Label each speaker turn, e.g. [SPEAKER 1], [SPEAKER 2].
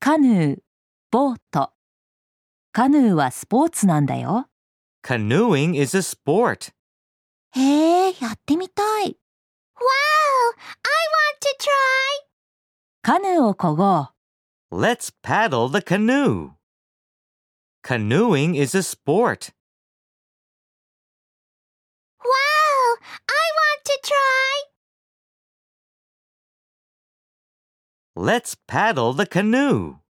[SPEAKER 1] カヌー、ボート。カヌーはスポーツなんだよ。
[SPEAKER 2] Canoeing is a sport.
[SPEAKER 1] へえ、やってみたい。
[SPEAKER 3] Wow! I want to try!
[SPEAKER 1] カヌーをこごう。
[SPEAKER 2] Let's paddle the canoe. Canoeing is a sport.
[SPEAKER 3] Wow! I want to try!
[SPEAKER 2] Let's paddle the canoe.